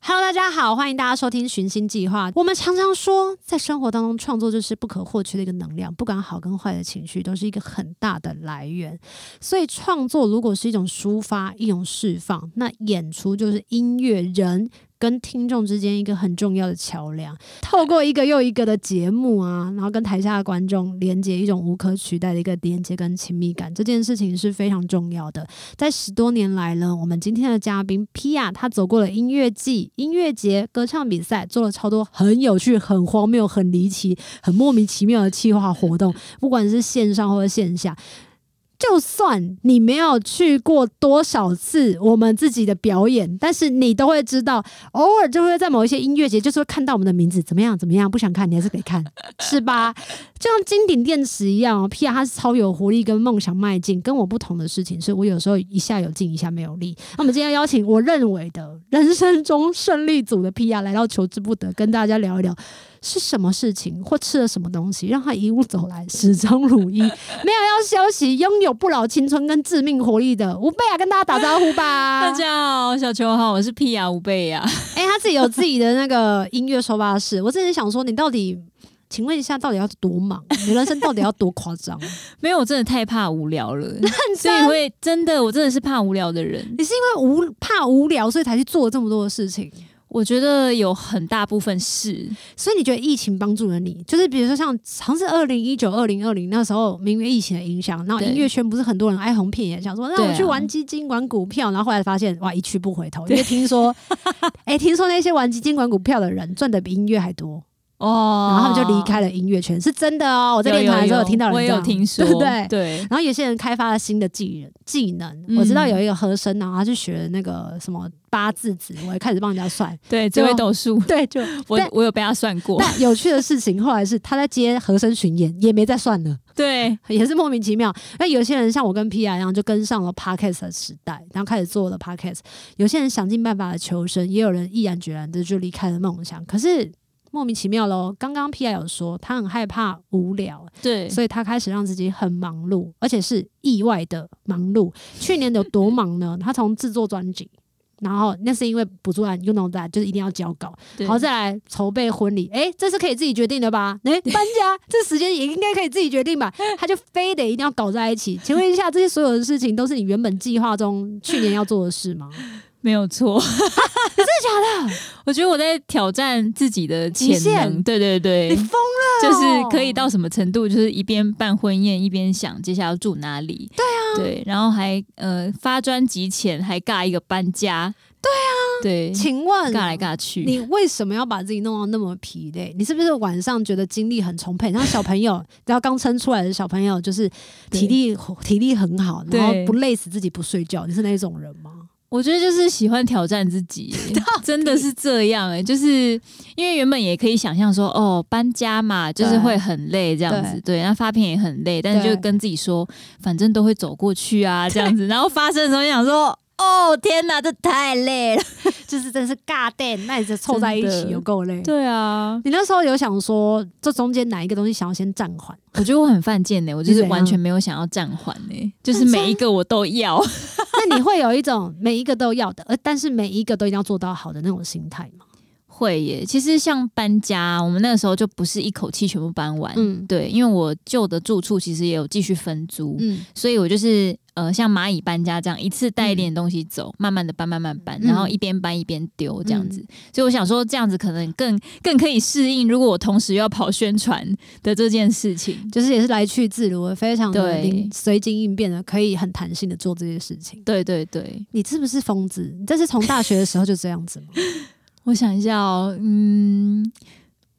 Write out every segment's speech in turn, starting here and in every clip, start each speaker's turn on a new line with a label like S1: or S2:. S1: Hello，大家好，欢迎大家收听《寻星计划》。我们常常说，在生活当中，创作就是不可或缺的一个能量，不管好跟坏的情绪，都是一个很大的来源。所以，创作如果是一种抒发、一种释放，那演出就是音乐人跟听众之间一个很重要的桥梁。透过一个又一个的节目啊，然后跟台下的观众连接一种无可取代的一个连接跟亲密感，这件事情是非常重要的。在十多年来呢，我们今天的嘉宾 Pia，她走过了音乐季、音乐节、歌唱比赛，做了超多很有趣、很荒谬、很离奇、很莫名其妙的企划活动，不管是线上或者线下。就算你没有去过多少次我们自己的表演，但是你都会知道，偶尔就会在某一些音乐节，就是会看到我们的名字，怎么样怎么样，不想看你还是得看，是吧？就像金顶电池一样哦，P R 它是超有活力跟梦想迈进。跟我不同的事情是，我有时候一下有劲，一下没有力。那我们今天邀请我认为的人生中胜利组的 P R 来到求之不得，跟大家聊一聊是什么事情或吃了什么东西，让他一路走来始终如一，没有要休息，拥有不老青春跟致命活力的吴贝尔，跟大家打招呼 吧。
S2: 大家好，小球好，我是 P 呀吴贝呀。
S1: 哎、他自己有自己的那个音乐收发室。我之前想说，你到底，请问一下，到底要多忙？你人生到底要多夸张？
S2: 没有，我真的太怕无聊 了，所以会真的，我真的是怕无聊的人。
S1: 你是因为无怕无聊，所以才去做这么多的事情。
S2: 我觉得有很大部分是，
S1: 所以你觉得疫情帮助了你？就是比如说像，好像是二零一九、二零二零那时候，因为疫情的影响，然后
S2: 对
S1: 音乐圈不是很多人哀鸿遍野，想说
S2: 对
S1: 让
S2: 啊
S1: 我去玩基金、玩股票，然后后来发现哇，一去不回头。因为听说， 哎、听说那些玩基金、玩股票的人赚的比音乐还多，
S2: 哦
S1: 然后他们就离。开了音乐圈，是真的哦。我
S2: 我
S1: 在练团的时候有听到人
S2: 我也
S1: 这
S2: 有
S1: 样
S2: 听说，
S1: 对不对？
S2: 对，
S1: 然后有些人开发了新的技能，技能、
S2: 嗯
S1: 我知道有一个和声，然后他去学那个什么八字指我也开始帮人家算。
S2: 对，这位斗数，
S1: 对，就
S2: 我
S1: 但
S2: 我有被他算过，
S1: 但有趣的事情，后来是他在接和声巡演，也没再算了，
S2: 对，
S1: 也是莫名其妙。那有些人像我跟 P R 一样，就跟上了 Podcast 的时代，然后开始做了 Podcast。有些人想尽办法的求生，也有人毅然决然的就离开了梦想。可是莫名其妙喽，刚刚 P R 有说他很害怕无聊，
S2: 对，
S1: 所以他开始让自己很忙碌，而且是意外的忙碌。去年有多忙呢？他从制作专辑，然后那是因为补助案，you know that，就是一定要交稿，
S2: 对
S1: 然后再来筹备婚礼。诶，这是可以自己决定的吧？ 诶，搬家这时间也应该可以自己决定 吧？他就非得一定要搞在一起。请问一下，这些所有的事情都是你原本计划中去年要做的事 吗？
S2: 没有错， 真的假的？我觉得我在挑战自己的
S1: 极
S2: 潜
S1: 限
S2: 能，对对对，
S1: 你疯了
S2: 就
S1: 哦，
S2: 是可以到什么程度，就是一边办婚宴一边想接下来要住哪里。对啊，对，然后还呃发专辑前还尬一个搬家。对啊，
S1: 请
S2: 对，
S1: 问
S2: 尬来尬去。
S1: 你为什么要把自己弄到那么疲累？你是不是晚上觉得精力很充沛？然后小朋 友，然后刚生出来的小朋友，就是体力体力很好，然后
S2: 对
S1: 不累死自己不睡觉，你是那种人吗？
S2: 我觉得就是喜欢挑战自己耶，真的是这样哎、就是因为原本也可以想象说，哦，搬家嘛，就是
S1: 对
S2: 会很累这样子，对，那发片也很累，但是
S1: 对
S2: 就跟自己说，反正都会走过去啊，这样子。然后发生的时候就想说，哦，天哪，这太累了。
S1: 就是真是尬蛋，那你就凑在一
S2: 真
S1: 起
S2: 的
S1: 有够累。
S2: 对啊，
S1: 你那时候有想说，这中间哪一个东西想要先暂缓？
S2: 我觉得我很犯贱欸呢、我就
S1: 你怎
S2: 是
S1: 样
S2: 完全没有想要暂缓呢，就是每一个我都要。
S1: 那你会有一种每一个都要的，而呃但是每一个都一定要做到好的那种心态吗？
S2: 会耶，其实像搬家，我们那个时候就不是一口气全部搬完，
S1: 嗯
S2: 对，因为我旧的住处其实也有继续分租，
S1: 嗯，
S2: 所以我就是呃像蚂蚁搬家这样，一次带一点东西走，慢慢的搬，慢慢搬，然后
S1: 嗯
S2: 一边搬一边丢这样子。所以我想说，这样子可能更更可以适应，如果我同时又要跑宣传的这件事情。
S1: 就是也是来去自如，非常的
S2: 对
S1: 临随机应变的，可以很弹性的做这些事情。
S2: 对对对，
S1: 你是不是疯子？你这是从大学的时候就这样子吗？
S2: 我想一下哦，嗯，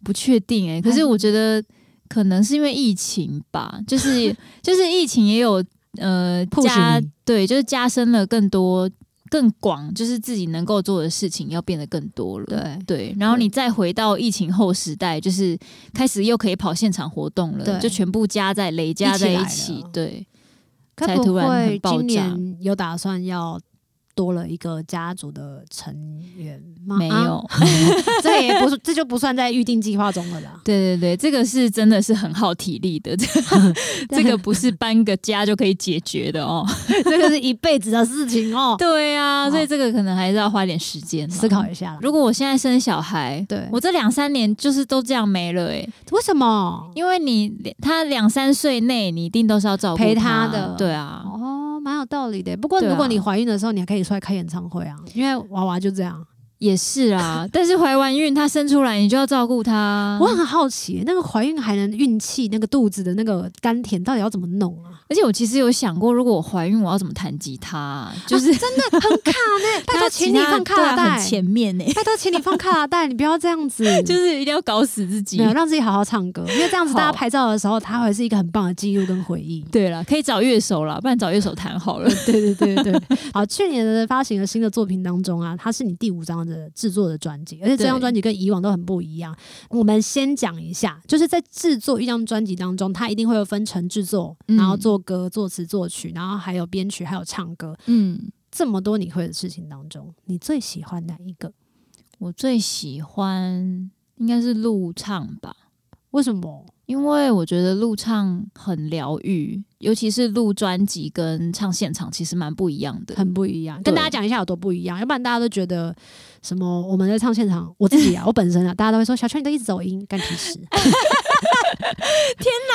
S2: 不确定哎、可是我觉得可能是因为疫情吧，就是 就是疫情也有呃
S1: Push
S2: 加
S1: 你
S2: 对，就是加深了更多更广，就是自己能够做的事情要变得更多了。
S1: 对
S2: 对，然后
S1: 对
S2: 你再回到疫情后时代，就是开始又可以跑现场活动
S1: 对
S2: 了，就全部加在累加在一
S1: 一起哦
S2: 起
S1: 来了，
S2: 对，
S1: 可
S2: 才
S1: 不
S2: 突然
S1: 会
S2: 很爆
S1: 今
S2: 炸
S1: 年有打算要多了一个家族的成员吗？
S2: 没
S1: 啊
S2: 有，
S1: 这也不是，这就不算在预定计划中了 啦。
S2: 对对对，这个是真的是很耗体力的，这 这个不是搬个家就可以解决的哦。
S1: 这个是一辈子的事情哦，
S2: 对
S1: 哦
S2: 啊，所以这个可能还是要花点时间
S1: 思考
S2: 下。
S1: 一下啦。
S2: 如果我现在生小孩，
S1: 对嗯
S2: 我这两三年就是都这样没了哎、
S1: 为什么？
S2: 因为你他两三岁内你一定都是要照顾
S1: 陪他
S2: 他
S1: 的
S2: 对啊，
S1: 哦，蛮有道理的。不过
S2: 对啊
S1: 如果你怀孕的时候，你还可以出来开演唱会啊，因为娃娃就这样。
S2: 也是 啊。但是怀完孕他生出来，你就要照顾他。
S1: 我很好奇，那个怀孕还能孕气，那个肚子的那个甘甜到底要怎么弄 啊？
S2: 而且我其实有想过，如果我怀孕，我要怎么弹吉他啊、就是、
S1: 真的很卡 呢， 拜托，
S2: 他
S1: 请你放
S2: 吉
S1: 卡
S2: 他
S1: 拉
S2: 对啊很
S1: 带，
S2: 前面 呢、
S1: 拜托，请你放卡拉带，你不要这样 子，
S2: 就是一定要搞死自己
S1: 没。有让自己好好唱歌，因为这样子
S2: 好
S1: 大家拍照的时候，它会是一个很棒的记录跟回忆。
S2: 对了，可以找乐手啦，不然找乐手弹好了。
S1: 对对对对，好，去年的发行的新的作品当中啊，它是你第五张的制作的专辑，而且这张
S2: 对
S1: 专辑跟以往都很不一样。我们先讲一下，就是在制作一张专辑当中，它一定会有分成制作，
S2: 嗯
S1: 然后作歌、作词、作曲，然后还有编曲，还有唱歌，
S2: 嗯，
S1: 这么多你会的事情当中，你最喜欢哪一个？
S2: 我最喜欢应该是录唱吧，
S1: 为什么？
S2: 因为我觉得录唱很疗愈，尤其是录专辑跟唱现场其实蛮不 一样的。
S1: 很不一样，
S2: 对
S1: 跟大家讲一下有多不一样，要不然大家都觉得什么我们在唱现场，我自己啊，我本身啊，大家都会说小圈你都一直走音，干屁事。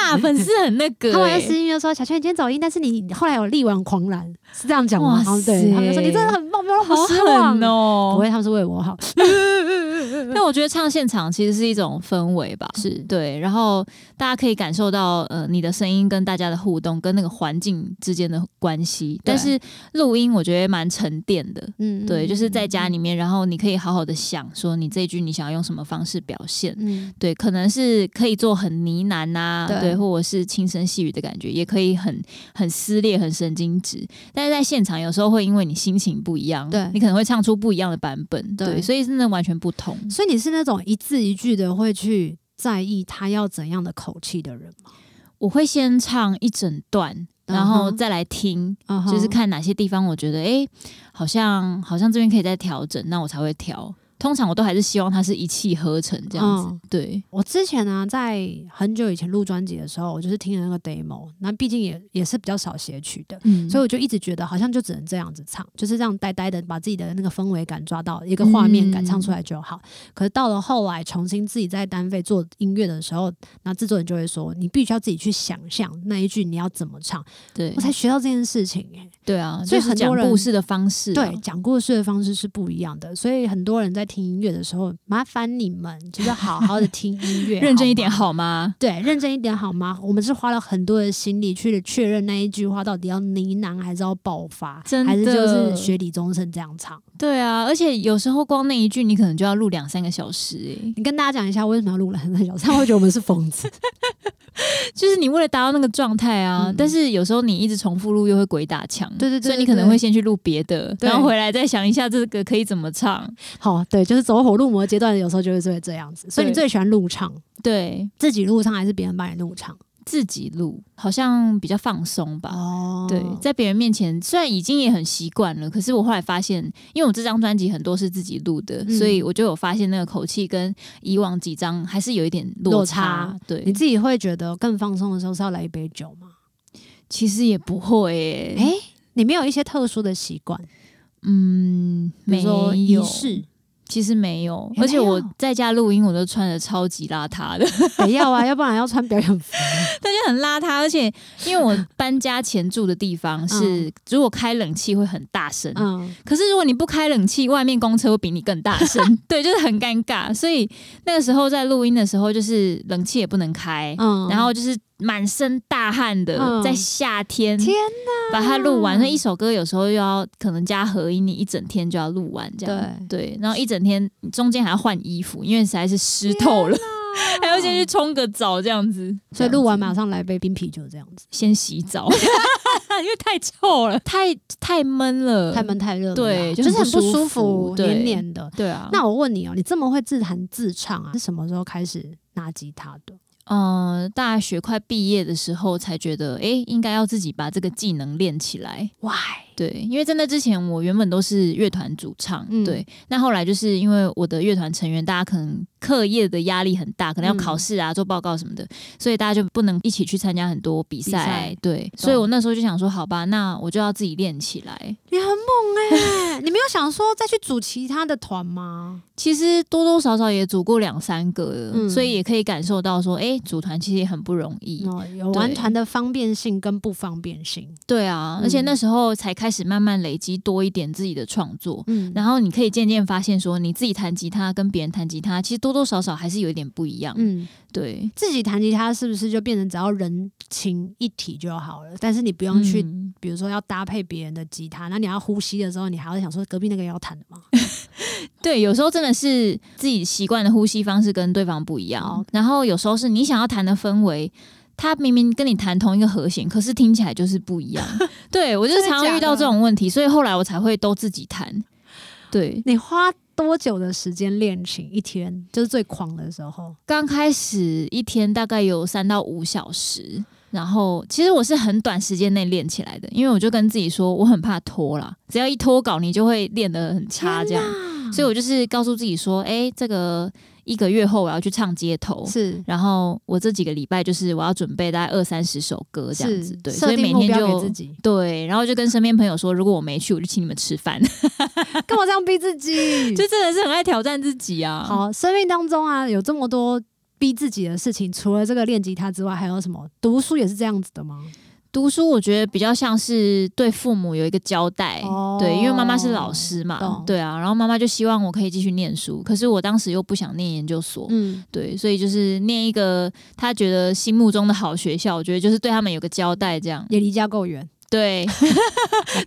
S2: 那粉丝很那个
S1: 他们在
S2: 欸
S1: 私信就说：“小圈，你今天走音，但是你后来有力挽狂澜，是这样讲吗？”
S2: 哇
S1: 然后对
S2: 塞
S1: 他们就说：“你真的很棒，没有让我
S2: 好
S1: 失望
S2: 狠
S1: 不
S2: 哦
S1: 会，。他们是为我好，
S2: 但我觉得唱现场其实是一种氛围吧，
S1: 是
S2: 对，然后大家可以感受到呃你的声音跟大家的互动，跟那个环境之间的关系。但是录音我觉得蛮沉淀的，
S1: 嗯，
S2: 对，就是在家
S1: 里，
S2: 里面，然后你可以好好的想说你这一句你想要用什么方式表现。
S1: 嗯，
S2: 对，可能是可以做很呢喃呐、
S1: 对
S2: 对，或者是轻声细语的感觉，也可以很很撕裂、很神经质。但是在现场有时候会因为你心情不一样，
S1: 对
S2: 你可能会唱出不一样的版本，
S1: 对
S2: 对，所以真的完全不同。
S1: 所以你是那种一字一句的会去在意他要怎样的口气的人吗？
S2: 我会先唱一整段，
S1: 嗯哼
S2: 然后再来听，
S1: 嗯哼
S2: 就是看哪些地方我觉得诶，好像好像这边可以再调整，那我才会调。通常我都还是希望它是一气呵成这样子，
S1: 嗯
S2: 对。
S1: 我之前呢、在很久以前录专辑的时候，我就是听了那个 demo，那毕竟也也是比较少写曲的，
S2: 嗯
S1: 所以我就一直觉得好像就只能这样子唱，就是这样呆呆的把自己的那个氛围感抓到一个画面感
S2: 嗯
S1: 唱出来就好。可是到了后来重新自己在单飞做音乐的时候，那制作人就会说，你必须要自己去想象那一句你要怎么唱，
S2: 对
S1: 我才学到这件事情、欸。
S2: 对啊，
S1: 所以
S2: 就是
S1: 很多
S2: 讲
S1: 人
S2: 故事的方式啊、
S1: 对，讲故事的方式是不一样的，所以很多人在听音乐的时候，麻烦你们就是好好的听音乐，
S2: 认真一点
S1: 好吗。
S2: 好吗？
S1: 对，认真一点好吗？我们是花了很多的心力去确认那一句话到底要呢喃还是要爆发，
S2: 真
S1: 还是就
S2: 的
S1: 是学李宗盛这样唱。
S2: 对啊，而且有时候光那一句你可能就要录两三个小时、欸，
S1: 你跟大家讲一下为什么要录蓝山小唱，他会觉得我们是疯子。
S2: 就是你为了达到那个状态啊，
S1: 嗯
S2: 但是有时候你一直重复录又会鬼打墙，
S1: 对对对
S2: 所以你
S1: 对
S2: 可能
S1: 对
S2: 会先去录别的，
S1: 对
S2: 然后回来再想一下这个可以怎么唱，
S1: 好，对，就是走火入魔阶段，有时候就会会这样子。所以你
S2: 对
S1: 最喜欢录唱，
S2: 对
S1: 自己录唱还是别人帮你录唱？
S2: 自己录好像比较放松吧。
S1: 哦
S2: 对，在别人面前虽然已经也很习惯了，可是我后来发现，因为我这张专辑很多是自己录的，
S1: 嗯
S2: 所以我就有发现那个口气跟以往几张还是有一点落差。
S1: 落
S2: 对
S1: 你，自己会觉得更放松的时候是要来一杯酒吗？
S2: 其实也不会耶、
S1: 哎、你没有一些特殊的习惯，
S2: 嗯，
S1: 比如
S2: 没有
S1: 说仪式，
S2: 其实没有，
S1: 也没有
S2: 而且我在家录音，我都穿的超级邋遢的，
S1: 得要啊，要不然要穿表演服。
S2: 但就很邋遢。而且因为我搬家前住的地方是，如果开冷气会很大声，
S1: 嗯，
S2: 可是如果你不开冷气，外面公车会比你更大声， 对，就是很尴尬。所以那个时候在录音的时候，就是冷气也不能开，
S1: 嗯
S2: 然后就是满身大汗的，
S1: 嗯
S2: 在夏天
S1: 天
S2: 把它录完。那一首歌有时候又要可能加合音，你一整天就要录完这样。对然后一整天你中间还要换衣服，因为实在是湿透了， 还要先去冲个澡这样子。
S1: 所以录完马
S2: 这样子
S1: 上来杯冰啤酒这样子，
S2: 先洗 澡，因为太臭了，太太闷了，
S1: 太。闷太热了啦，
S2: 对
S1: 就是
S2: 就很
S1: 很不
S2: 不
S1: 舒
S2: 舒
S1: 服
S2: 服，对
S1: 黏黏的。
S2: 对啊，
S1: 那我问你哦、你这么会自弹自唱啊？是什么时候开始拿吉他的？
S2: 嗯，大学快毕业的时候才觉得，诶，应该要自己把这个技能练起来。
S1: Why？
S2: 对，因为在那之前，我原本都是乐团主唱，
S1: 嗯
S2: 对。那后来就是因为我的乐团成员，大家可能课业的压力很大，可能要
S1: 嗯
S2: 考试啊、做报告什么的，所以大家就不能一起去参加很多比赛，
S1: 赛
S2: 对。所以我那时候就想说，好吧，那我就要自己练起来。
S1: 你很猛哎、 你没有想说再去组其他的团吗？
S2: 其实多多少少也组过两三个了，
S1: 嗯
S2: 所以也可以感受到说，哎、组团其实也很不容易，
S1: 哦，有玩团的方便性跟不方便性，
S2: 对啊。
S1: 嗯
S2: 而且那时候才开始慢慢累积多一点自己的创作，
S1: 嗯，
S2: 然后你可以渐渐发现说，你自己弹吉他跟别人弹吉他，其实多多少少还是有一点不一样。
S1: 嗯，
S2: 对，
S1: 自己弹吉他是不是就变成只要人琴一体就好了？但是你不用去，
S2: 嗯
S1: 比如说要搭配别人的吉他，那你要呼吸的时候，你还要想说隔壁那个也要弹的吗？
S2: 对，有时候真的是自己习惯的呼吸方式跟对方不一样，
S1: 哦
S2: 然后有时候是你想要弹的氛围。他明明跟你弹同一个和弦，可是听起来就是不一 样。对我就是
S1: 真的
S2: 常常
S1: 假
S2: 遇到
S1: 的
S2: 这种问题，所以后来我才会都自己弹。对，
S1: 你花多久的时间练琴？一天就是最狂的时候。
S2: 刚开始一天大概有三到五小时，然后其实我是很短时间内练起来的，因为我就跟自己说我很怕拖啦，只要一拖稿你就会练得很差这样，所以我就是告诉自己说，哎、这个一个月后我要去唱街头。
S1: 是
S2: 然后我这几个礼拜就是我要准备大概二三十首歌这样子，对，
S1: 设
S2: 所以
S1: 定
S2: 每
S1: 目
S2: 天
S1: 标给
S2: 就
S1: 自己，
S2: 对，然后就跟身边朋友说，如果我没去，我就请你们吃饭，
S1: 干嘛这样逼自己？
S2: 就真的是很爱挑战自己啊。
S1: 好，生命当中啊，有这么多逼自己的事情，除了这个练吉他之外，还有什么？读书也是这样子的吗？
S2: 读书我觉得比较像是对父母有一个交代，
S1: 哦
S2: 对，因为妈妈是老师嘛
S1: 懂，
S2: 对啊，然后妈妈就希望我可以继续念书，可是我当时又不想念研究所，
S1: 嗯，
S2: 对，所以就是念一个她觉得心目中的好学校，我觉得就是对他们有个交代，这样，
S1: 也离家够远，
S2: 对，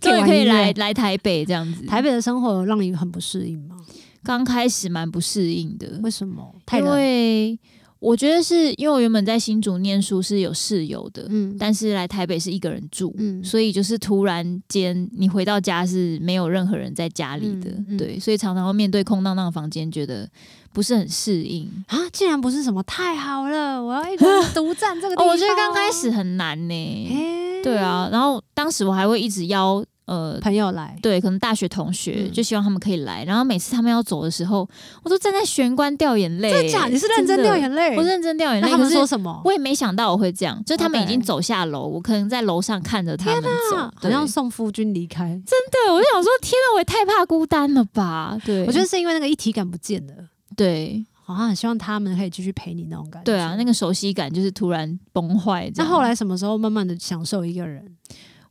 S1: 听
S2: 终于
S1: 完
S2: 可以
S1: 嗯音乐
S2: 来来台北这样子。
S1: 台北的生活有让你很不适应吗？
S2: 刚开始蛮不适应的，
S1: 为什么？太
S2: 因
S1: 冷。
S2: 为我觉得是因为我原本在新竹念书是有室友的，
S1: 嗯
S2: 但是来台北是一个人住，
S1: 嗯
S2: 所以就是突然间你回到家是没有任何人在家里的，
S1: 嗯嗯
S2: 对，所以常常会面对空荡荡的房间，觉得不是很适应。
S1: 啊，竟然不是什么太好了，我 要一个人独占这个地方。
S2: 哦，我觉得刚开始，很难呢、
S1: 啊嘿
S2: 对，啊，然后当时我还会一直邀呃。
S1: 朋友来，
S2: 对，可能大学同学
S1: 嗯
S2: 就希望他们可以来，然后每次他们要走的时候，我都站在玄关掉眼泪。哎真
S1: 真假？你是认真掉眼泪？
S2: 我认真掉眼
S1: 那
S2: 泪。
S1: 他们
S2: 可是
S1: 说什么？哦
S2: 我也没想到我会这样，就是他们已
S1: OK
S2: 经走下楼，我可能在楼上看着他们走
S1: 啊，好
S2: 对
S1: 像送夫君离开。
S2: 对，我就想说，天啊，我也太怕孤单了吧？对，
S1: 我觉得是因为那个一体感不见了，
S2: 对，
S1: 好像很希望他们可以继续陪你那种感觉。
S2: 对啊，那个熟悉感就是突然崩坏。
S1: 那后，来什么时候慢慢的享受一个人？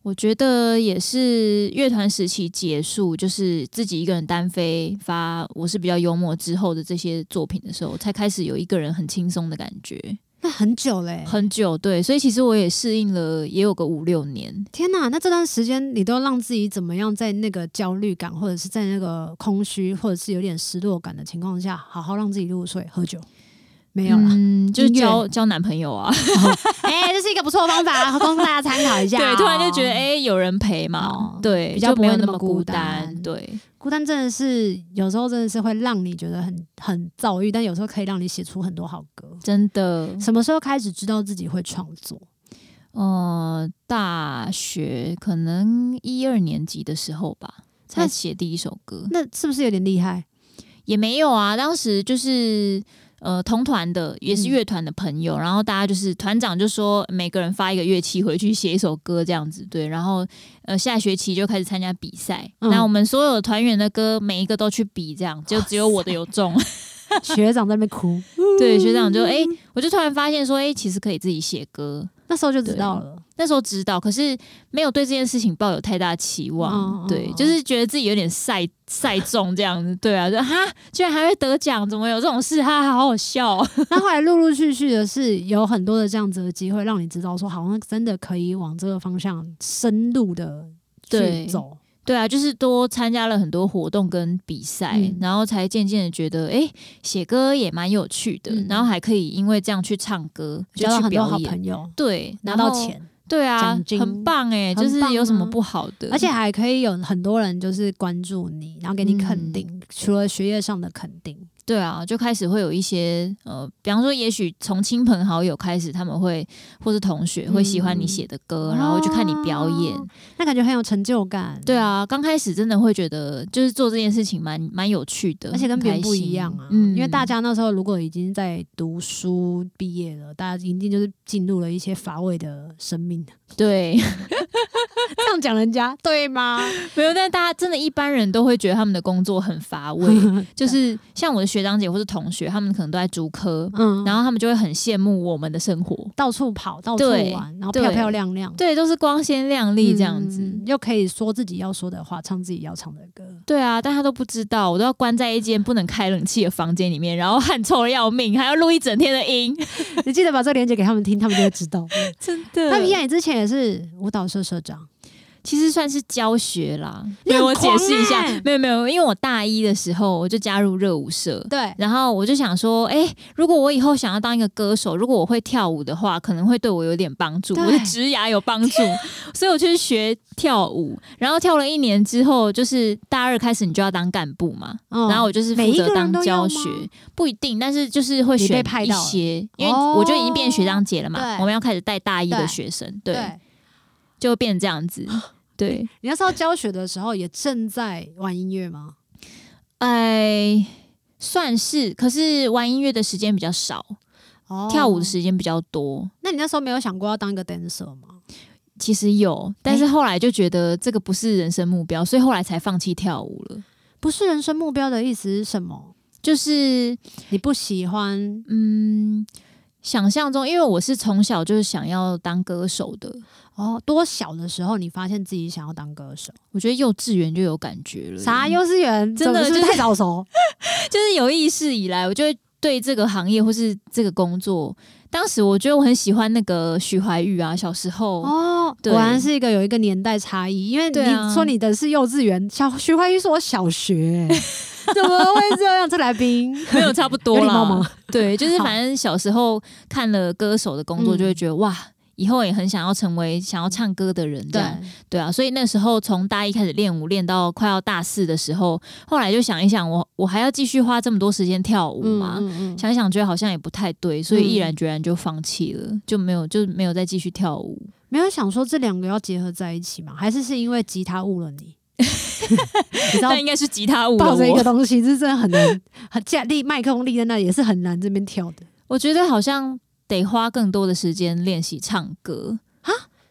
S2: 我觉得也是乐团时期结束，就是自己一个人单飞发《我是比较幽默》之后的这些作品的时候，才开始有一个人很轻松的感觉，
S1: 那很久嘞、
S2: 很久。对，所以其实我也适应了，也有个五六年。
S1: 天哪！那这段时间你都让自己怎么样，在那个焦虑感，或者是在那个空虚，或者是有点失落感的情况下，好好让自己入睡，喝酒。没有啦，
S2: 嗯，就是
S1: 音乐
S2: 交交男朋友 啊，
S1: 哎、这是一个不错的方法，供大家参考一下、
S2: 对，突然就觉得哎、
S1: 哎、
S2: 有人陪嘛，
S1: 哦
S2: 对，
S1: 比较
S2: 就
S1: 不
S2: 没
S1: 会
S2: 有
S1: 那
S2: 那
S1: 么
S2: 么
S1: 孤
S2: 孤单，
S1: 单
S2: 对。
S1: 孤单真的是有时候真的是会让你觉得很很躁郁，但有时候可以让你写出很多好歌。
S2: 真的，
S1: 什么时候开始知道自己会创作？
S2: 呃，大学可能一二年级的时候吧，才
S1: 那
S2: 写第一首歌，
S1: 那是不是有点厉 害？
S2: 也没有啊。当时就是呃，同团的也是
S1: 嗯
S2: 乐团的朋友，然后大家就是团长就说每个人发一个乐器回去写一首歌这样子，对。然后呃，下学期就开始参加比赛，
S1: 嗯
S2: 那我们所有的团员的歌每一个都去比，这样就只有我的有 中。
S1: 学长在那边哭，
S2: 对，学长就哎、我就突然发现说，哎、其实可以自己写歌，
S1: 那时候就知道了。
S2: 那时候知道，可是没有对这件事情抱有太大期望，
S1: 嗯嗯
S2: 对，
S1: 嗯
S2: 就是觉得自己有点赛赛中这样子，对啊， 就哈，居然还会得奖，怎么有这种事？哈，好好笑 哦、
S1: 那后来陆陆续续的是有很多的这样子的机会，让你知道说，好像真的可以往这个方向深入的去
S2: 对
S1: 走。
S2: 对啊，就是多参加了很多活动跟比赛，
S1: 嗯
S2: 然后才渐渐的觉得，哎、写歌也蛮有趣的，
S1: 嗯
S2: 然后还可以因为这样去唱歌，就
S1: 交到
S2: 去
S1: 很多
S2: 表
S1: 好
S2: 演，
S1: 朋友，
S2: 对，
S1: 拿
S2: 然后
S1: 到，钱，
S2: 对啊
S1: 奖，金
S2: 很棒哎、就
S1: 很
S2: 是
S1: 棒
S2: 有什么
S1: 啊
S2: 不好的？
S1: 而且还
S2: 嗯
S1: 可以有很多人就是关注你，然后给你肯定，除了学业上的肯定，
S2: 对啊，就开始会有一些呃，比方说，也许从亲朋好友开始，他们会或是同学会喜欢你写的歌，然后就看你表演。
S1: 嗯哦那感觉很有成就感。
S2: 对啊，刚开始真的会觉得，就是做这件事情蛮蛮有趣的，
S1: 而且跟别人
S2: 很开
S1: 不
S2: 心
S1: 一样啊，
S2: 嗯，
S1: 因为大家那时候如果已经在读书毕业了，大家一定就是进入了一些乏味的生命。
S2: 对
S1: 这样讲人家对吗？
S2: 没有，但大家真的一般人都会觉得他们的工作很乏味， 就是像我的学长姐或是同学，他们可能都在主科，
S1: 嗯，
S2: 然
S1: 后
S2: 后他们就会很羡慕我们的生活，
S1: 到处跑，到处
S2: 对
S1: 玩，然后
S2: 对
S1: 漂漂亮亮，
S2: 对，都是光鲜亮丽这样子。
S1: 嗯又可以说自己要说的话，唱自己要唱的歌。
S2: 对啊，但他都不知道，我都要关在一间不能开冷气的房间里面，然后汗臭的要命，还要录一整天的音，
S1: 你记得把这个链接给他们听，他们就会知 道。
S2: 真的
S1: 那皮亚，你之前也是舞蹈社社长，
S2: 其实算是教学啦。
S1: 你
S2: 没
S1: 很
S2: 有，我解释一下
S1: 狂欸，
S2: 没有没有，因为我大一的时候我就加入热舞社。
S1: 对，
S2: 然后我就想说，哎、如果我以后想要当一个歌手，如果我会跳舞的话，可能会对我有点帮助，
S1: 对
S2: 我的职涯有帮助，所以我去学跳舞。然后跳了一年之后，就是大二开始你就要当干部嘛，
S1: 嗯
S2: 然后我就是负责当
S1: 每一
S2: 教学
S1: 个人都要吗，
S2: 不一定，但是就是会
S1: 你被
S2: 选
S1: 派
S2: 一
S1: 到了
S2: 些，因为
S1: 哦
S2: 我就已经变学长姐了嘛，
S1: 对
S2: 我们要开始带大一的
S1: 对
S2: 学生，对，
S1: 对哦
S2: 就会变这样子。 对，
S1: 你那时候教学的时候也正在玩音乐吗？
S2: 哎，算是，可是玩音乐的时间比较少，
S1: 哦
S2: 跳舞的时间比较多。
S1: 那你那时候没有想过要当一个 dancer 吗？
S2: 其实有，但
S1: 哎
S2: 是后来就觉得这个不是人生目标，所以后来才放弃跳舞了。
S1: 不是人生目标的意思是什么？
S2: 就是
S1: 你不喜欢
S2: 嗯，想象中，因为我是从小就是想要当歌手的，
S1: 哦？多小的时候你发现自己想要当歌手？
S2: 我觉得幼稚园就有感觉了。
S1: 啥？幼稚园
S2: 真
S1: 怎
S2: 的
S1: 么是不
S2: 就是
S1: 是太早 熟？
S2: 就是有意识以来，我就会对这个行业或是这个工作，当时我觉得我很喜欢那个许怀玉啊，小时候。
S1: 哦，
S2: 对
S1: 果然是一个有一个年代差异，因为
S2: 对啊
S1: 你说你的是幼稚园，小徐怀钰说我小 学、怎么会这样？这来宾
S2: 没有差不多
S1: 有礼貌
S2: 啦
S1: 吗，
S2: 对，就是
S1: 好
S2: 反正小时候看了歌手的工作，
S1: 嗯
S2: 就会觉得、哇，以后也很想要成为想要唱歌的人，这
S1: 对，
S2: 样对啊，所以那时候从大一开始练舞，练到快要大四的时候，后来就想一想，我我还要继续花这么多时间跳舞
S1: 嗯
S2: 吗？
S1: 嗯嗯
S2: 想一想觉得好像也不太对，所以
S1: 嗯
S2: 毅然决然就放弃了，就没有就没有再继续跳舞。
S1: 没有想说这两个要结合在一起吗？还是是因为吉他误了 你？你知道
S2: 但应该是吉他舞了
S1: 抱着一个
S2: 我，
S1: 东西，这真的很难，很架立麦克风立在那里也是很难这边跳的。
S2: 我觉得好像得花更多的时间练习唱歌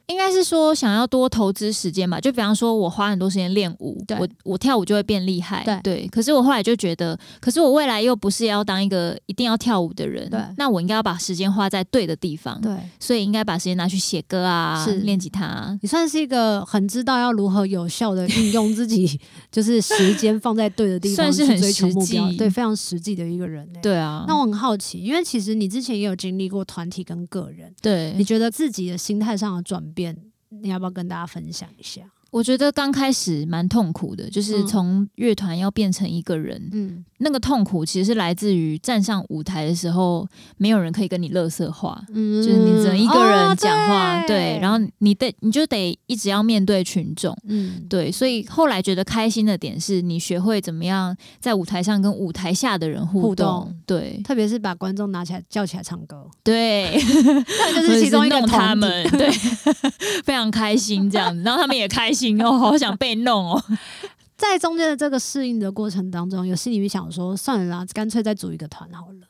S2: 应该是说想要多投资时间吧，就比方说，我花很多时间练舞，
S1: 对
S2: 我我跳舞就会变厉害，
S1: 对
S2: 可是我后来就觉得，可是我未来又不是要当一个一定要跳舞的人，
S1: 对
S2: 那我应该要把时间花在对的地方，
S1: 对
S2: 所以应该把时间拿去写歌啊，
S1: 是
S2: 练吉他啊、
S1: 你算是一个很知道要如何有效的运用自己， 就是时间放在对的地方，
S2: 算是很
S1: 去追求目标
S2: 实，际
S1: 对，非常实际的一个人、欸。
S2: 对啊，
S1: 那我很好奇，因为其实你之前也有经历过团体跟个人，
S2: 对
S1: 你觉得自己的心态上的转变，你要不要跟大家分享一下？
S2: 我觉得刚开始蛮痛苦的，就是
S1: 嗯
S2: 从乐团要变成一个人，
S1: 嗯，
S2: 那个痛苦其实是来自于站上舞台的时候，没有人可以跟你乐色话，
S1: 嗯哦
S2: 就是你只能一个人讲话，对，
S1: 后
S2: 然后你得你就得一直要面对群众。
S1: 嗯，
S2: 对，所以后来觉得开心的点是你学会怎么样在舞台上跟舞台下的人互
S1: 互动
S2: 对
S1: 特别是把观众拿起来叫起来唱 歌，
S2: 对，
S1: 那就
S2: 就是
S1: 其中一个
S2: 弄
S1: 团
S2: 他
S1: 体。
S2: 们， 对，非常开心这样子，然后他们也开心 哦，好想被弄哦，
S1: 在中间的这个适应的过程当中，有心里面想说，算了啦，干脆再组一个团好了，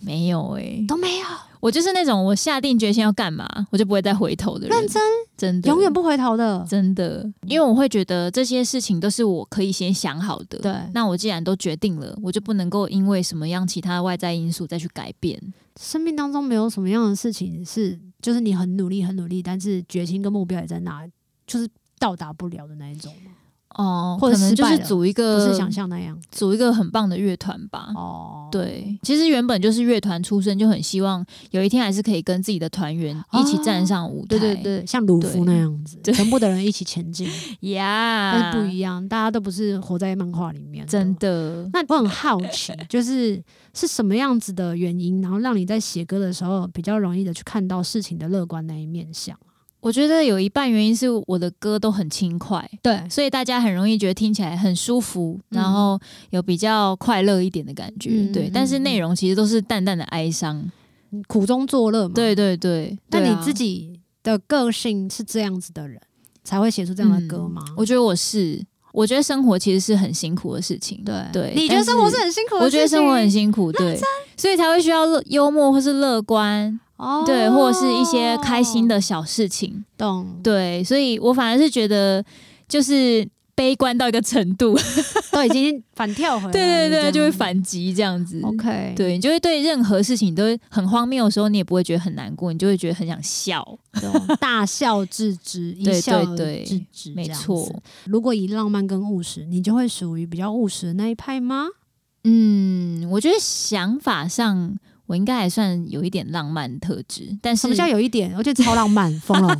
S2: 没有哎、
S1: 都没有，
S2: 我就是那种我下定决心要干嘛，我就不会再回头的人，
S1: 认真，
S2: 真的
S1: 永远不回头的。
S2: 真的，因为我会觉得这些事情都是我可以先想好的。
S1: 对，
S2: 那我既然都决定了，我就不能够因为什么样其他外在因素再去改变。
S1: 生命当中没有什么样的事情是，就是你很努力很努力，但是决心跟目标也在那，就是到达不了的那一种吗？
S2: 哦，
S1: 或者
S2: 可能
S1: 失
S2: 就
S1: 败
S2: 是
S1: 了
S2: 组一
S1: 不
S2: 个
S1: 是想象那样。
S2: 组一个很棒的乐团吧。
S1: 哦，，
S2: 对，其实原本就是乐团出身，就很希望有一天还是可以跟自己的团员一起站上舞台。
S1: 哦对对对，像鲁
S2: 对
S1: 夫那样子，
S2: 对
S1: 全部的人一起前进，
S2: 对，呀
S1: 但，是不一样，大家都不是活在漫画里面。
S2: 真。的。
S1: 那我很好奇，就是是什么样子的原因，然后让你在写歌的时候比较容易的去看到事情的乐观那一面相？
S2: 我觉得有一半原因是我的歌都很轻快，
S1: 对，
S2: 所以大家很容易觉得听起来很舒服，
S1: 嗯
S2: 然后有比较快乐一点的感觉，
S1: 嗯
S2: 对。
S1: 嗯
S2: 但是内容其实都是淡淡的哀伤，
S1: 苦中作乐嘛。，
S2: 对对对。
S1: 但
S2: 对
S1: 你
S2: 啊
S1: 自，己的个性是这样子的人，才会写出这样的歌吗？
S2: 嗯我觉得我是，我觉得生活其实是很辛苦的事情，
S1: 对
S2: 对。
S1: 你觉得
S2: 但
S1: 生活是很辛苦的事情？
S2: 我觉得生活很辛苦，对，所以才会需要乐幽默或是乐观，
S1: 哦，嗯
S2: 对，或者是一些开心，的小事情，
S1: 懂？
S2: 对，所以我反而是觉得就是悲观到一个程度，
S1: 都已 经反跳回来了，
S2: 对对
S1: 嗯这
S2: 对，
S1: 样
S2: 就会。反击这样子。
S1: OK，，
S2: 对你就会对任何事情都会很荒谬的时候，你也不会觉得很难过，你就会觉得很想笑。
S1: 懂大笑置之，一
S2: 对
S1: 笑
S2: 对对
S1: 置之，
S2: 没
S1: 嗯这样
S2: 错
S1: 子。如果以浪漫跟务实，你就会属于比较务实的那一派吗？
S2: 嗯，我觉得想法上我应该还算有一点浪漫特质，但是
S1: 什么叫有一点？我觉得超浪漫，疯 了，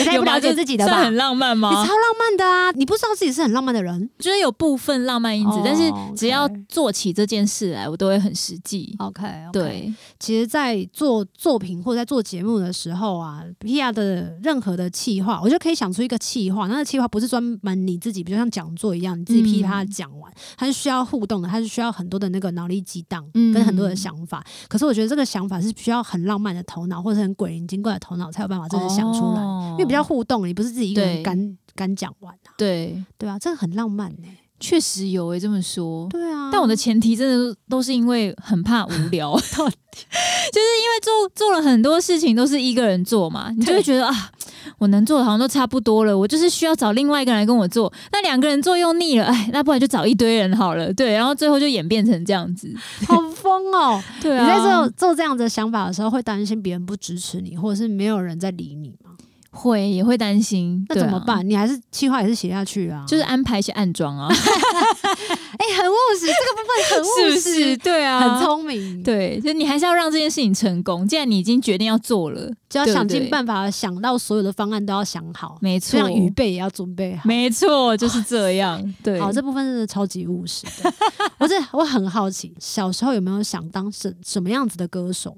S1: 你太
S2: 有
S1: 不
S2: 吗
S1: 了解
S2: 这
S1: 自己的吧？
S2: 算很
S1: 你
S2: 浪漫
S1: 超
S2: 吗？
S1: 浪漫的啊！你不知道自己是很浪漫的人。
S2: 觉得有部分浪漫因子，
S1: 哦
S2: 但是只要
S1: OK
S2: 做起这件事来，我都会很实际。
S1: 哦 OK，,
S2: 对，
S1: 其实，在做作品或者在做节目的时候啊，PR 的任何的企划，我就可以想出一个企划。那个企划不是专门你自己，比如像讲座一样，你自己噼啪
S2: 嗯
S1: 讲完，它是需要互动的，它是需要很多的那个脑力激荡，
S2: 嗯
S1: 跟很多的想法。可是我觉得这个想法是需要很浪漫的头脑，或者很鬼灵精怪的头脑，才有办法真的想出来，
S2: 哦
S1: 因为比较互动，你不是自己一个人
S2: 对
S1: 敢敢讲完啊，
S2: 对，
S1: 对啊，这个很浪漫呢、
S2: 确实有欸诶、这么说。
S1: 对啊，
S2: 但我的前提真的都是因为很怕无 聊，到底 就是因为做做了很多事情都是一个人做嘛，你就会
S1: 对
S2: 觉得啊，我能做的好像都差不多了，我就是需要找另外一个人来跟我做。那两个人做又腻了，哎，那不然就找一堆人好了。对，然后最后就演变成这样子。
S1: 好疯哦、
S2: 对啊，
S1: 你在做做这样的想法的时候，会担心别人不支持你，或者是没有人在理你吗？
S2: 会也会担心，
S1: 那
S2: 对
S1: 怎
S2: 啊
S1: 么办？？你还是计划也是写下去啊，
S2: 就是安排一些暗 装啊，
S1: 哎、很务实，这个部分很务
S2: 是不
S1: 实，
S2: 是？对啊，
S1: 哦很聪明，，
S2: 对，就你还是要让这件事情成功。既然你已经决定要做了，
S1: 就要
S2: 对
S1: 想
S2: 对
S1: 尽办法想到所有的方案都要想好，
S2: 没
S1: 就
S2: 错，
S1: 像预备也要准备好。
S2: 没错，就是这样。对，
S1: 好，这部分真的超级务实的。 我这我很好奇，小时候有没有想当什什么样子的歌手？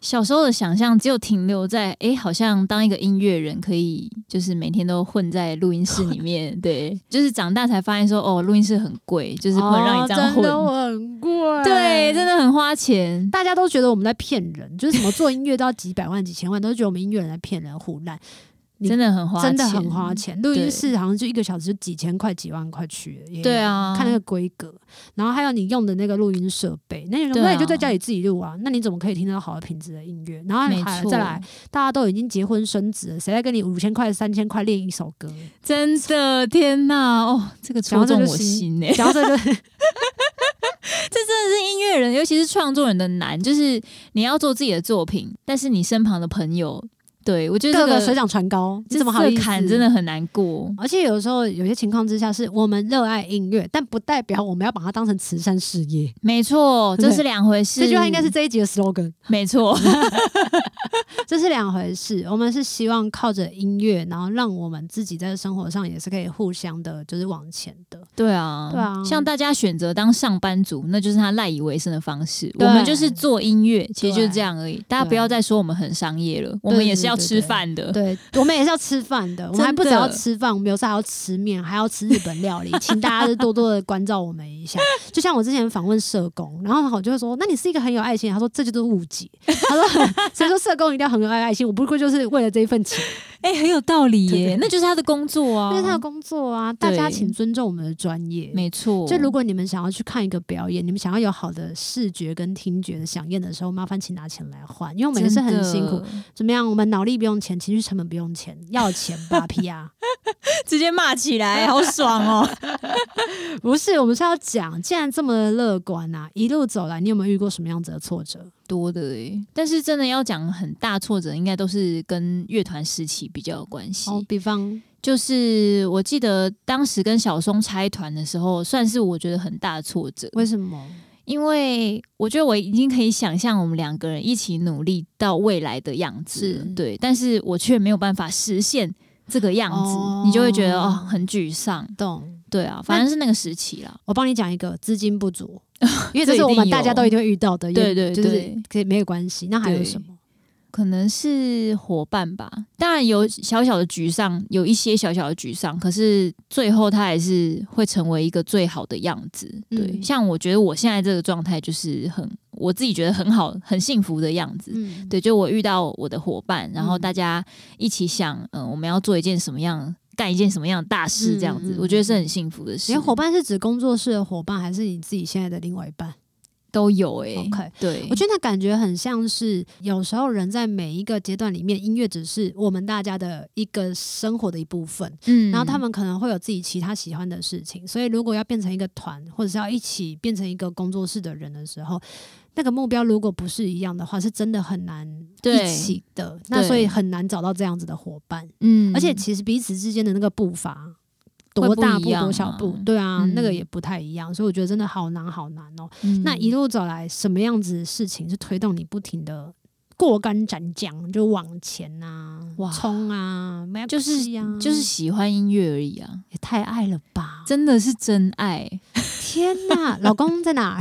S2: 小时候的想象只有停留在，哎、好像当一个音乐人可以，就是每天都混在录音室里 面。对，就是长大才发现说，哦，录音室很贵，就是不能让你这样
S1: 哦真
S2: 混。
S1: 的很贵，
S2: 对，真的很花钱。
S1: 大家都觉得我们在骗人，就是什么做音乐都要几百万、几千万，都觉得我们音乐人在骗人、胡乱，你
S2: 真的很花
S1: 真
S2: 钱，
S1: 的很花钱。录音室好像就一个小时就几千块、几万块去了，也
S2: 对啊
S1: 看那个规格，然后还有你用的那个录音设备，那你
S2: 对啊
S1: 那你就在家里自己录啊，那你怎么可以听到好的品质的音乐？然后
S2: 没
S1: 还
S2: 错，
S1: 再来，大家都已经结婚生子了，谁在跟你五千块、三千块练一首歌？
S2: 真的天哪！哦，这个
S1: 讲
S2: 戳
S1: 到这
S2: 中
S1: 就
S2: 我
S1: 心
S2: 心 哎、
S1: 讲到这个，
S2: 音乐人，尤其是创作人的难，就是你要做自己的作品，但是你身旁的朋友，对我觉得、这
S1: 各
S2: 个
S1: 个水涨船高，你怎么好意
S2: 这
S1: 思？
S2: 坎真的很难过。
S1: 而且有时候有些情况之下，是我们热爱音乐，但不代表我们要把它当成慈善事业。
S2: 没错，
S1: 对
S2: 这是两回事。
S1: 这句话应该是这一集的 slogan，
S2: 没错，
S1: 这是两回事。我们是希望靠着音乐，然后让我们自己在生活上也是可以互相的，就是往前的。
S2: 对啊，
S1: 对啊
S2: 像大家选择当上班族，那就是他赖以为生的方式。
S1: 对
S2: 我们就是做音乐，其实就是
S1: 对
S2: 这样而已。大家不要再说我们很商业了，我们也是要吃饭的。
S1: 对，我们也是要吃饭的，我们还不只要吃饭，我们有时候还要吃面，还要吃日本料理，请大家多多的关照我们一下。就像我之前访问社工，然后我就会说：“那你是一个很有爱心。”他说：“这就是误解。”他说：“谁说社工一定要很有爱爱心？我不过就是为了这一份钱。”
S2: 哎、很有道理
S1: 对对
S2: 耶，那就是他的工作啊，
S1: 因为他的工作啊，大家
S2: 对
S1: 请尊重我们的专业。
S2: 没错。
S1: 就如果你们想要去看一个表演，你们想要有好的视觉跟听觉的响应的时候，麻烦请拿钱来换，因为我们也是很辛
S2: 真
S1: 苦。
S2: 的，
S1: 怎么样？我们脑力不用钱，情绪成本不用钱，要钱吧，P R。
S2: 直接骂起来，好爽哦。
S1: 不是，我们是要讲，既然这么乐观啊，一路走来，你有没有遇过什么样子的挫折？
S2: 多的诶、但是真的要讲很大挫折，应该都是跟乐团时期比较有关系。
S1: 哦，比方，
S2: 就是我记得当时跟小松拆团的时候，算是我觉得很大的挫折，
S1: 为什么？
S2: 因为我觉得我已经可以想象我们两个人一起努力到未来的样子
S1: 是，
S2: 了对，但是我却没有办法实现这个样子，
S1: 哦
S2: 你就会觉得哦很沮丧，
S1: 懂？
S2: 对啊，反正是那个时期啦，
S1: 我帮你讲一个资金不足，因为这
S2: 这一
S1: 是我
S2: 定
S1: 们大家
S2: 有
S1: 都一定会遇到的，也
S2: 对对
S1: 就是
S2: 对
S1: 可以没有关系。那还有
S2: 对
S1: 什么？
S2: 可能是伙伴吧。当然有小小的沮丧，有一些小小的沮丧，可是最后他还是会成为一个最好的样子。对，
S1: 嗯
S2: 像我觉得我现在这个状态就是很我自己觉得很好、很幸福的样子。
S1: 嗯，
S2: 对，就我遇到我的伙伴，然后
S1: 嗯
S2: 大家一起想，嗯、我们要做一件什么样、干一件什么样的大事，这样
S1: 嗯
S2: 子，
S1: 嗯嗯
S2: 我觉得是很幸福的事。
S1: 你的伙伴是指工作室的伙伴，还是你自己现在的另外一半？
S2: 都有哎、
S1: OK
S2: 对，
S1: 我觉得那感觉很像是，有时候人在每一个阶段里面，音乐只是我们大家的一个生活的一部分。
S2: 嗯
S1: 然后他们可能会有自己其他喜欢的事情，所以如果要变成一个团，或者是要一起变成一个工作室的人的时候，那个目标如果不是一样的话，是真的很难
S2: 对
S1: 一起的。那所以很难找到这样子的伙伴，
S2: 嗯
S1: 而且其实彼此之间的那个步伐。
S2: 会
S1: 多
S2: 不
S1: 大
S2: 一
S1: 步
S2: 样
S1: 多小
S2: 啊
S1: 步，对啊，那个
S2: 嗯
S1: 也不太一样，所以我觉得真的好难好难哦。
S2: 嗯
S1: 那一路走来，什么样子的事情是推动你不停的过竿斩将，就往前啊
S2: 哇，
S1: 冲啊，没有
S2: 就是
S1: 呀、
S2: 就是喜欢音乐而已啊，
S1: 也太爱了 吧！
S2: 真的是真爱。
S1: 天哪，老公在哪儿？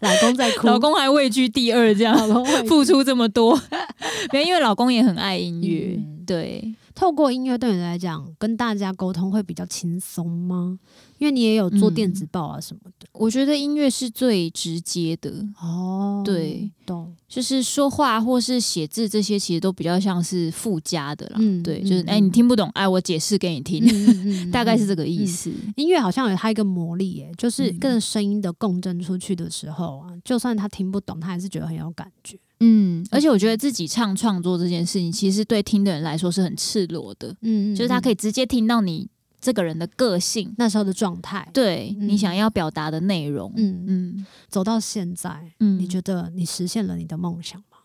S1: 老公在哭，
S2: 老公还位居第二，这样
S1: 老公会
S2: 付出这么多， 没有因为老公也很爱音乐，
S1: 嗯
S2: 对，
S1: 透过音乐对你来讲，跟大家沟通会比较轻松吗？因为你也有做电子报啊什么的。
S2: 我觉得音乐是最直接的。
S1: 哦，
S2: 对，
S1: 懂。
S2: 就是说话或是写字这些，其实都比较像是附加的啦。
S1: 嗯
S2: 对，
S1: 嗯
S2: 就是哎、
S1: 嗯
S2: 你听不懂，哎，我解释给你听，
S1: 嗯
S2: 大概是这
S1: 个。
S2: 个意思。
S1: 音乐好像有它一个魔力耶，就是
S2: 嗯
S1: 跟着声音的共振出去的时候啊，就算他听不懂，他还是觉得很有感觉。
S2: 嗯，而且我觉得自己唱创作这件事情，其实对听的人来说是很赤裸的，
S1: 嗯
S2: 就是他可
S1: 以
S2: 以直接听到你这个人的个性，
S1: 那时候的状态。
S2: 对
S1: 嗯
S2: 你想要表达的内容。嗯
S1: 嗯，
S2: 嗯
S1: 走到现在，
S2: 嗯
S1: 你觉得你实现了你的梦想吗？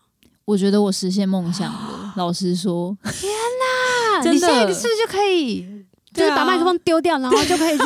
S2: 我觉得我实现梦想了。老实说，真的
S1: 你下一个是不是就可以就是
S2: 对啊
S1: 把麦克风丢掉，然后就可 以去，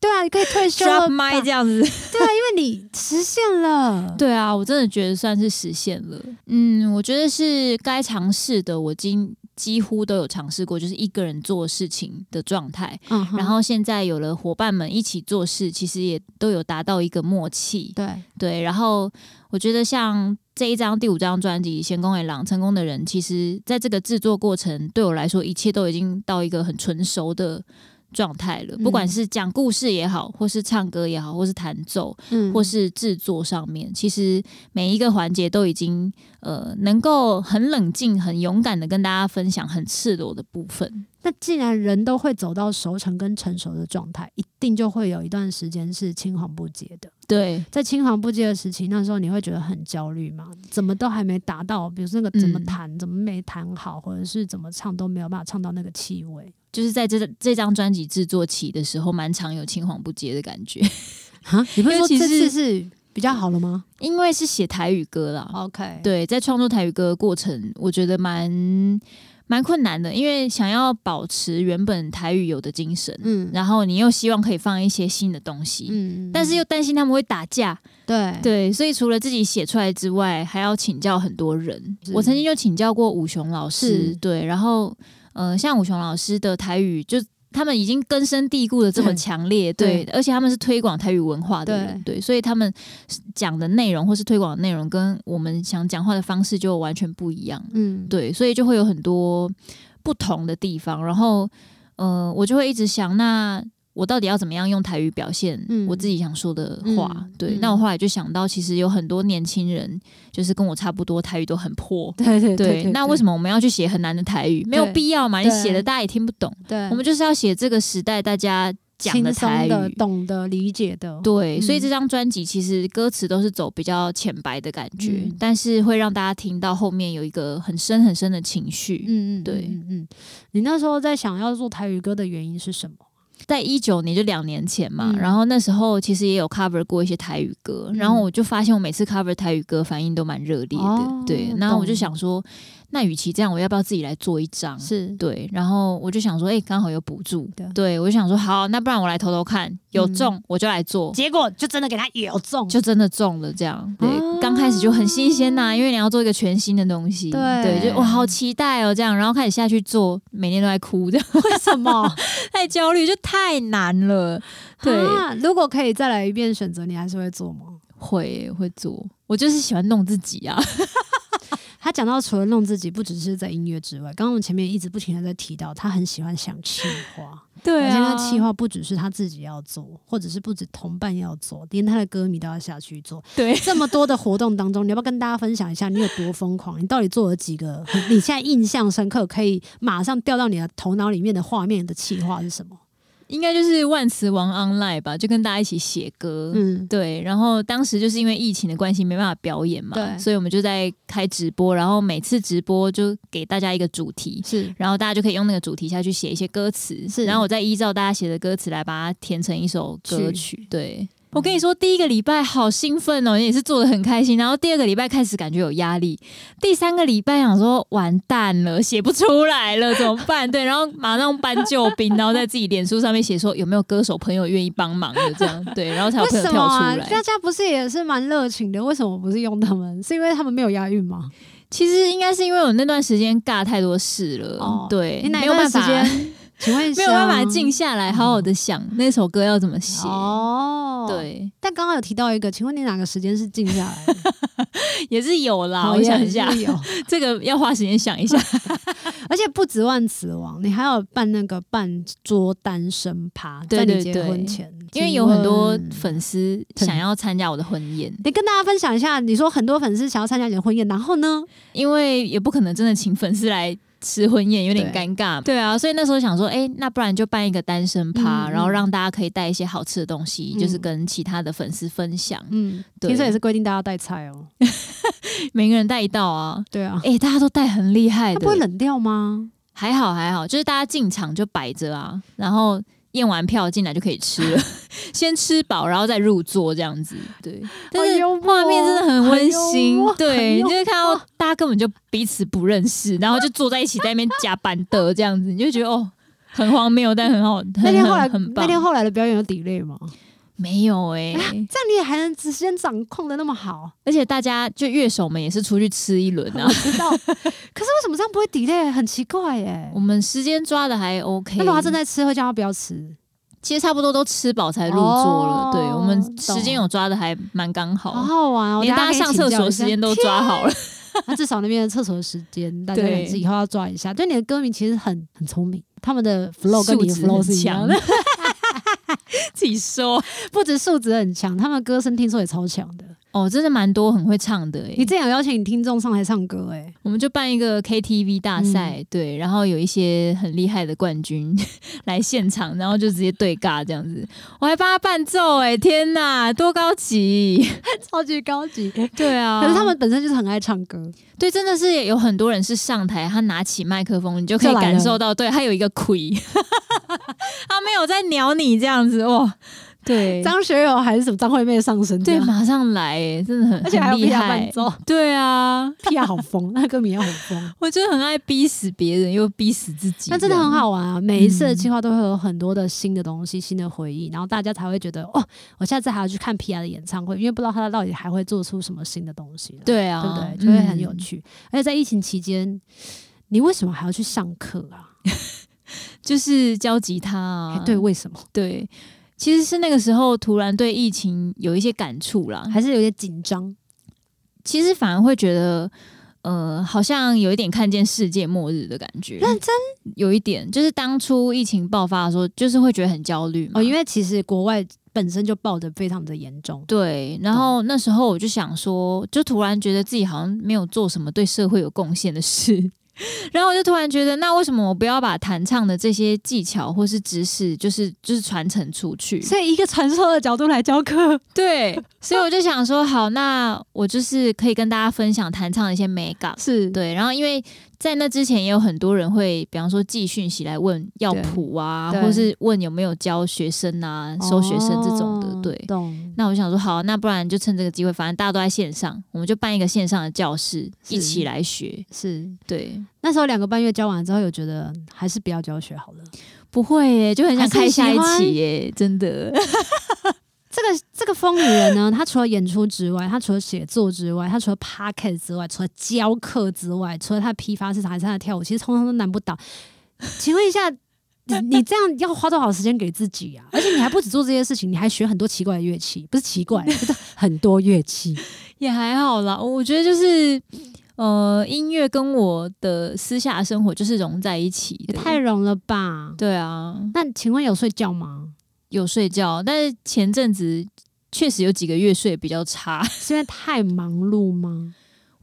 S1: 对啊，你可以退休了
S2: drop
S1: 吧，
S2: 麦这样子，
S1: 对啊，因为你实现了，
S2: 对啊，我真的觉得算是实现了。嗯，我觉得是该尝试的，我今几乎都有尝试过，就是一个人做事情的状态。
S1: 嗯哼，
S2: 然后现在有了伙伴们一起做事，其实也都有达到一个默契。
S1: 对，
S2: 对，然后我觉得像这一张第五张专辑《闲工野狼》成功的人，其实在这个制作过程对我来说，一切都已经到一个很纯熟的状态了。不管
S1: 嗯
S2: 是讲故事也好，或是唱歌也好，或是弹奏，
S1: 嗯
S2: 或是制作上面，其实每一个环节都已经呃能够很冷静、很勇敢的跟大家分享很赤裸的部分。
S1: 那既然人都会走到熟成跟成熟的状态，一定就会有一段时间是青黄不接的。
S2: 对，
S1: 在青黄不接的时期，那时候你会觉得很焦虑吗？怎么都还没达到，比如说那个怎么
S2: 嗯
S1: 弹、怎么没弹好，或者是怎么唱都没有办法唱到那个气味。
S2: 就是在这这张专辑制作期的时候，蛮常有青黄不接的感觉，
S1: 哈，你不是
S2: 尤
S1: 说
S2: 其
S1: 这次
S2: 是
S1: 是比较好了吗
S2: 因为是写台语歌啦。
S1: ？OK，，
S2: 对，在创作台语歌的过程，我觉得蛮蛮困难的，因为想要保持原本台语有的精神，
S1: 嗯
S2: 然后你又希望可以放一些新的东西，
S1: 嗯
S2: 但是又担心他们会打架，
S1: 对
S2: 对，所以除了自己写出来之外，还要请教很多人
S1: 是。
S2: 我曾经就请教过武雄老
S1: 是
S2: 师，对，然后呃，像武雄老师的台语就。他们已经根深蒂固的这么
S1: 对
S2: 强烈，
S1: 对
S2: 对，而且他们是推广台语文化的人，对，所以他们讲的内容或是推广的内容，跟我们想讲话的方式就完全不一样，
S1: 嗯，
S2: 对，所以就会有很多不同的地方。然后，呃，我就会一直想，那我到底要怎么样用台语表现
S1: 嗯
S2: 我自己想说的话？
S1: 嗯
S2: 对，
S1: 嗯
S2: 那我后来就想到，其实有很多年轻人就是跟我差不多，台语都很破。
S1: 对对
S2: 那为什么我们要去写很难的台语？没有
S1: 对
S2: 必要嘛，你
S1: 对
S2: 写的大家也听不懂。
S1: 么对
S2: 我们就是要写这个时代大家讲的
S1: 轻松
S2: 台
S1: 的、
S2: 语。
S1: 懂得、理解的？
S2: 对，
S1: 嗯
S2: 所以这张专辑其实歌词都是走比较浅白的感觉，
S1: 嗯
S2: 但是会让大家听到后面有一个很深很深的情绪。
S1: 嗯嗯，
S2: 对
S1: 嗯嗯，嗯你那时候在想要做台语歌的原因是什么？
S2: 在一九年就两年前嘛，
S1: 嗯
S2: 然后那时候其实也有 cover 过一些台语歌，
S1: 嗯
S2: 然后我就发现我每次 cover 台语歌反应都蛮热烈的，
S1: 哦
S2: 对，然后我就
S1: 懂
S2: 想说，那与其这样，我要不要自己来做一张？
S1: 是
S2: 对，然后我就想说，哎、刚好有补助
S1: 对，嗯
S2: 对我就想说，好，那不然我来投投看，有中我就来做。
S1: 结果就真的给他有中，
S2: 就真的中了，这样对
S1: 哦，
S2: 刚、开始就很新鲜呐、因为你要做一个全新的东西，
S1: 对
S2: 就哇好期待哦，这样，然后开始下去做，每天都在哭，这样
S1: 为什 么？
S2: 太焦虑，就太难了，对，
S1: 啊如果可以再来一遍选择，你还是会做吗？
S2: 会会做，我就是喜欢弄自己啊。
S1: 他讲到除了弄自己，不只是在音乐之外，刚刚我们前面一直不停的在提到，他很喜欢想气话。
S2: 对
S1: 而且
S2: 啊
S1: 他，企划不只是他自己要做，或者是不止同伴要做，连他的歌迷都要下去做。
S2: 对
S1: 这么多的活动当中，你要不要跟大家分享一下你有多疯狂？你到底做了几个？很你现在印象深刻，可以马上掉到你的头脑里面的画面的企划是什么？
S2: 应该就是万磁王 online 吧，就跟大家一起写歌。
S1: 嗯，
S2: 对，然后当时就是因为疫情的关系没办法表演嘛，
S1: 对
S2: 所以我们就在开直播，然后每次直播就给大家一个主题，
S1: 是
S2: 然后大家就可以用那个主题下去写一些歌词，
S1: 是
S2: 然后我再依照大家写的歌词来把它填成一首歌曲。
S1: 曲
S2: 对，我跟你说，第一个礼拜好兴奋哦，也是做的很开心，然后第二个礼拜开始感觉有压力，第三个礼拜想说完蛋了，写不出来了怎么 办？对，然后马上搬救兵，然后在自己脸书上面写说有没有歌手朋友愿意帮忙的这样，对，然后才有
S1: 为
S2: 朋友
S1: 什
S2: 跳
S1: 么
S2: 出
S1: 啊？
S2: 来。
S1: 大家不是也是蛮热情的，为什么不是用他们？是因为他们没有押韵吗？
S2: 其实应该是因为我那段时间尬太多事了，
S1: 哦
S2: 对，
S1: 你哪
S2: 没
S1: 一
S2: 有办
S1: 段时
S2: 法。
S1: 间？ 请问一下
S2: 没有办法静下来，好好的想那首歌要怎么写。
S1: 哦，。
S2: 对，
S1: 但刚刚有提到一个，请问你哪个时间是静下 来的？
S2: 也是有啦。
S1: 好
S2: 我想一下
S1: 也，是有，
S2: 这个要花时间想一下。
S1: 而且不止万磁王，你还有办那个半桌单身趴，
S2: 对
S1: 在
S2: 对
S1: 你结
S2: 对
S1: 婚前，
S2: 因为有很多
S1: 请问
S2: 粉丝想要参加我的婚宴，
S1: 你跟大家分享一下，你说很多粉丝想要参加你的婚宴，然后呢？
S2: 因为也不可能真的请粉丝来吃婚宴，有点
S1: 对
S2: 尴尬。对啊，所以那时候想说，哎、那不然就办一个单身趴，
S1: 嗯嗯
S2: 然后让大家可以带一些好吃的东西，
S1: 嗯
S2: 就是跟其他的粉丝分享。
S1: 嗯，
S2: 对
S1: 听说也是规定大家带菜哦。
S2: 每个人带一道啊，
S1: 对啊，
S2: 哎、大家都带很厉害
S1: 它
S2: 的，
S1: 不会冷掉 吗？
S2: 还好还好，就是大家进场就摆着啊，然后验完票进来就可以吃 了，先吃饱，然后再入座这样子。对，但是
S1: 好幽默
S2: 画
S1: 哦
S2: 面真的很温馨
S1: 好幽默，
S2: 对，
S1: 好幽
S2: 你
S1: 默
S2: 就会看到大家根本就彼此不认识，然后就坐在一起在那边夹板凳这样子，你就觉得哦。很荒谬，但很好。
S1: 那天后来
S2: 很很棒
S1: 那天后来的表演有 delay 吗？
S2: 没有哎、
S1: 这样你也还能时间掌控的那么好，
S2: 而且大家就乐手们也是出去吃一轮啊
S1: 我。知道。可是为什么这样不会 delay？很奇怪耶
S2: 我。们时间抓的还 OK。
S1: 那如果他正在吃，会叫他不要吃。
S2: 其实差不多都吃饱才入座了。
S1: 哦
S2: 对我们时间有抓的还蛮刚好，
S1: 好好玩哦！
S2: 连大
S1: 等
S2: 家
S1: 一下
S2: 上
S1: 可以请
S2: 厕
S1: 教
S2: 所
S1: 一
S2: 时
S1: 下
S2: 间都抓好了。
S1: 那至少那边的厕所的时 间，大家
S2: 对
S1: 还是以后要抓一下。对你的歌迷其实很很聪明，他们的 flow 跟
S2: 素
S1: 你的
S2: 质很
S1: flow 是一样
S2: 强
S1: 的，，
S2: 自己说
S1: 不止素质很强，他们歌声听说也超强的。
S2: 哦，真的蛮多很会唱的
S1: 你
S2: 诶。
S1: 之前有邀请听众上台唱歌哎、
S2: 我们就办一个 KTV
S1: 嗯
S2: 大赛，对，然后有一些很厉害的冠军 来现场，然后就直接对尬这样子。我还帮他伴奏，哎，天哪，多高级！哦
S1: 超级高级。 可
S2: 对啊，
S1: 是他们本身就是很爱唱歌，
S2: 对，真的是有很多人是上台，他拿起麦克风，你就可以
S1: 就来了
S2: 感受到，对他有一个亏， 他没有在鸟你这样子哇，对，
S1: 张学友还是什么张惠妹上身这
S2: 对
S1: 样，
S2: 马上来耶，真的很
S1: 而且还
S2: 很
S1: 有
S2: 厉
S1: 皮亚伴
S2: 害，
S1: 奏，
S2: 对啊，
S1: 皮亚好疯，那歌迷要很疯。
S2: 我真的很爱逼死别人，又逼死自己，
S1: 那真的很
S2: 好。
S1: 好玩啊！每一
S2: 嗯
S1: 次的计划都会有很多的新的东西、新的回忆，然后大家才会觉得哦，我下次还要去看皮亚的演唱会，因为不知道他到底还会做出什么新的东西来。
S2: 对啊，
S1: 对不对？就会很
S2: 嗯
S1: 有。趣。而且在疫情期间，你为什么还要去上课啊？
S2: 就是教吉他啊
S1: 哎，对，为什么？
S2: 对，其实是那个时候突然对疫情有一些感触啦，
S1: 还是有点紧
S2: 嗯
S1: 张。
S2: 其实反而会觉得，呃，好像有一点看见世界末日的感觉。
S1: 认真
S2: 有一点，就是当初疫情爆发的时候，就是会觉得很焦虑嘛。
S1: 哦，因
S2: 为
S1: 为其实国外本身就报的非常的严重。
S2: 对，然后那时候我就想说，就突然觉得自己好像没有做什么对社会有贡献的事。 然后我就突然觉得，那为什么我不要把弹唱的这些技巧或是知识，就是就是传承出 去？
S1: 所以一个传授的角度来教课，
S2: 对，所以我就想说，好，那我就是可以跟大家分享弹唱的一些美感。
S1: 是
S2: 对，然后因为在那之前也有很多人会，比方说寄讯息来问要
S1: 对
S2: 谱啊，
S1: 对
S2: 或是问有没有教学生啊、收学生这种的。
S1: 哦
S2: 对，
S1: 懂。
S2: 那我想说，好，那不然就趁这个机会，反正大家都在线上，我们就办一个线上的教室，一
S1: 是
S2: 起来学。
S1: 是
S2: 对，
S1: 那时候两个半月教完之后，有觉得还是不要教学好了。
S2: 不会耶，就很
S1: 还
S2: 想
S1: 是
S2: 开下
S1: 喜
S2: 一
S1: 欢
S2: 期耶，真的。
S1: 这个这个疯女人呢，她除了演出之外，她除了写作之外，她除了 p o c k e t 之外，除了教课之外，除了她的批发市场，还是她的跳舞，其实通通都难不倒。请问一下，你你这样要花多少时间给自己啊？而且你还不止做这些事情，你还学很多奇怪的乐器，不是奇怪，就是很多乐器。
S2: 也还好啦，我觉得就是呃，音乐跟我的私下生活就是融在一起
S1: 也
S2: 的。
S1: 太融了吧？
S2: 对啊，
S1: 那请问有睡觉吗？
S2: 有睡觉，但是前阵子确实有几个月睡比较差，
S1: 是因为太忙碌吗？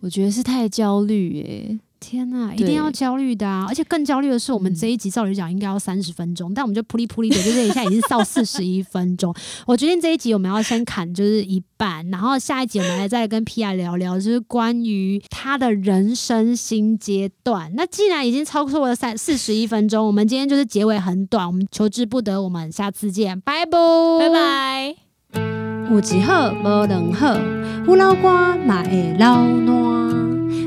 S2: 我觉得是太焦虑耶、
S1: 天呐，一
S2: 对
S1: 定要焦虑的啊！而且更焦虑的是，我们
S2: 嗯
S1: 这一集照理讲应该要三十分钟，但我们就扑里扑里的，就是一下已经到四十一分钟。 我决定这一集我们要先砍就是一半，然后下一集我们来再跟 P I 聊聊，就是关于他的人生新阶段。那既然已经超过了三四十一分钟，我们今天就是结尾很短，我们求之不得，我们下次见，拜拜，
S2: 拜。拜。
S1: 有一好无两好，有老瓜嘛会老烂。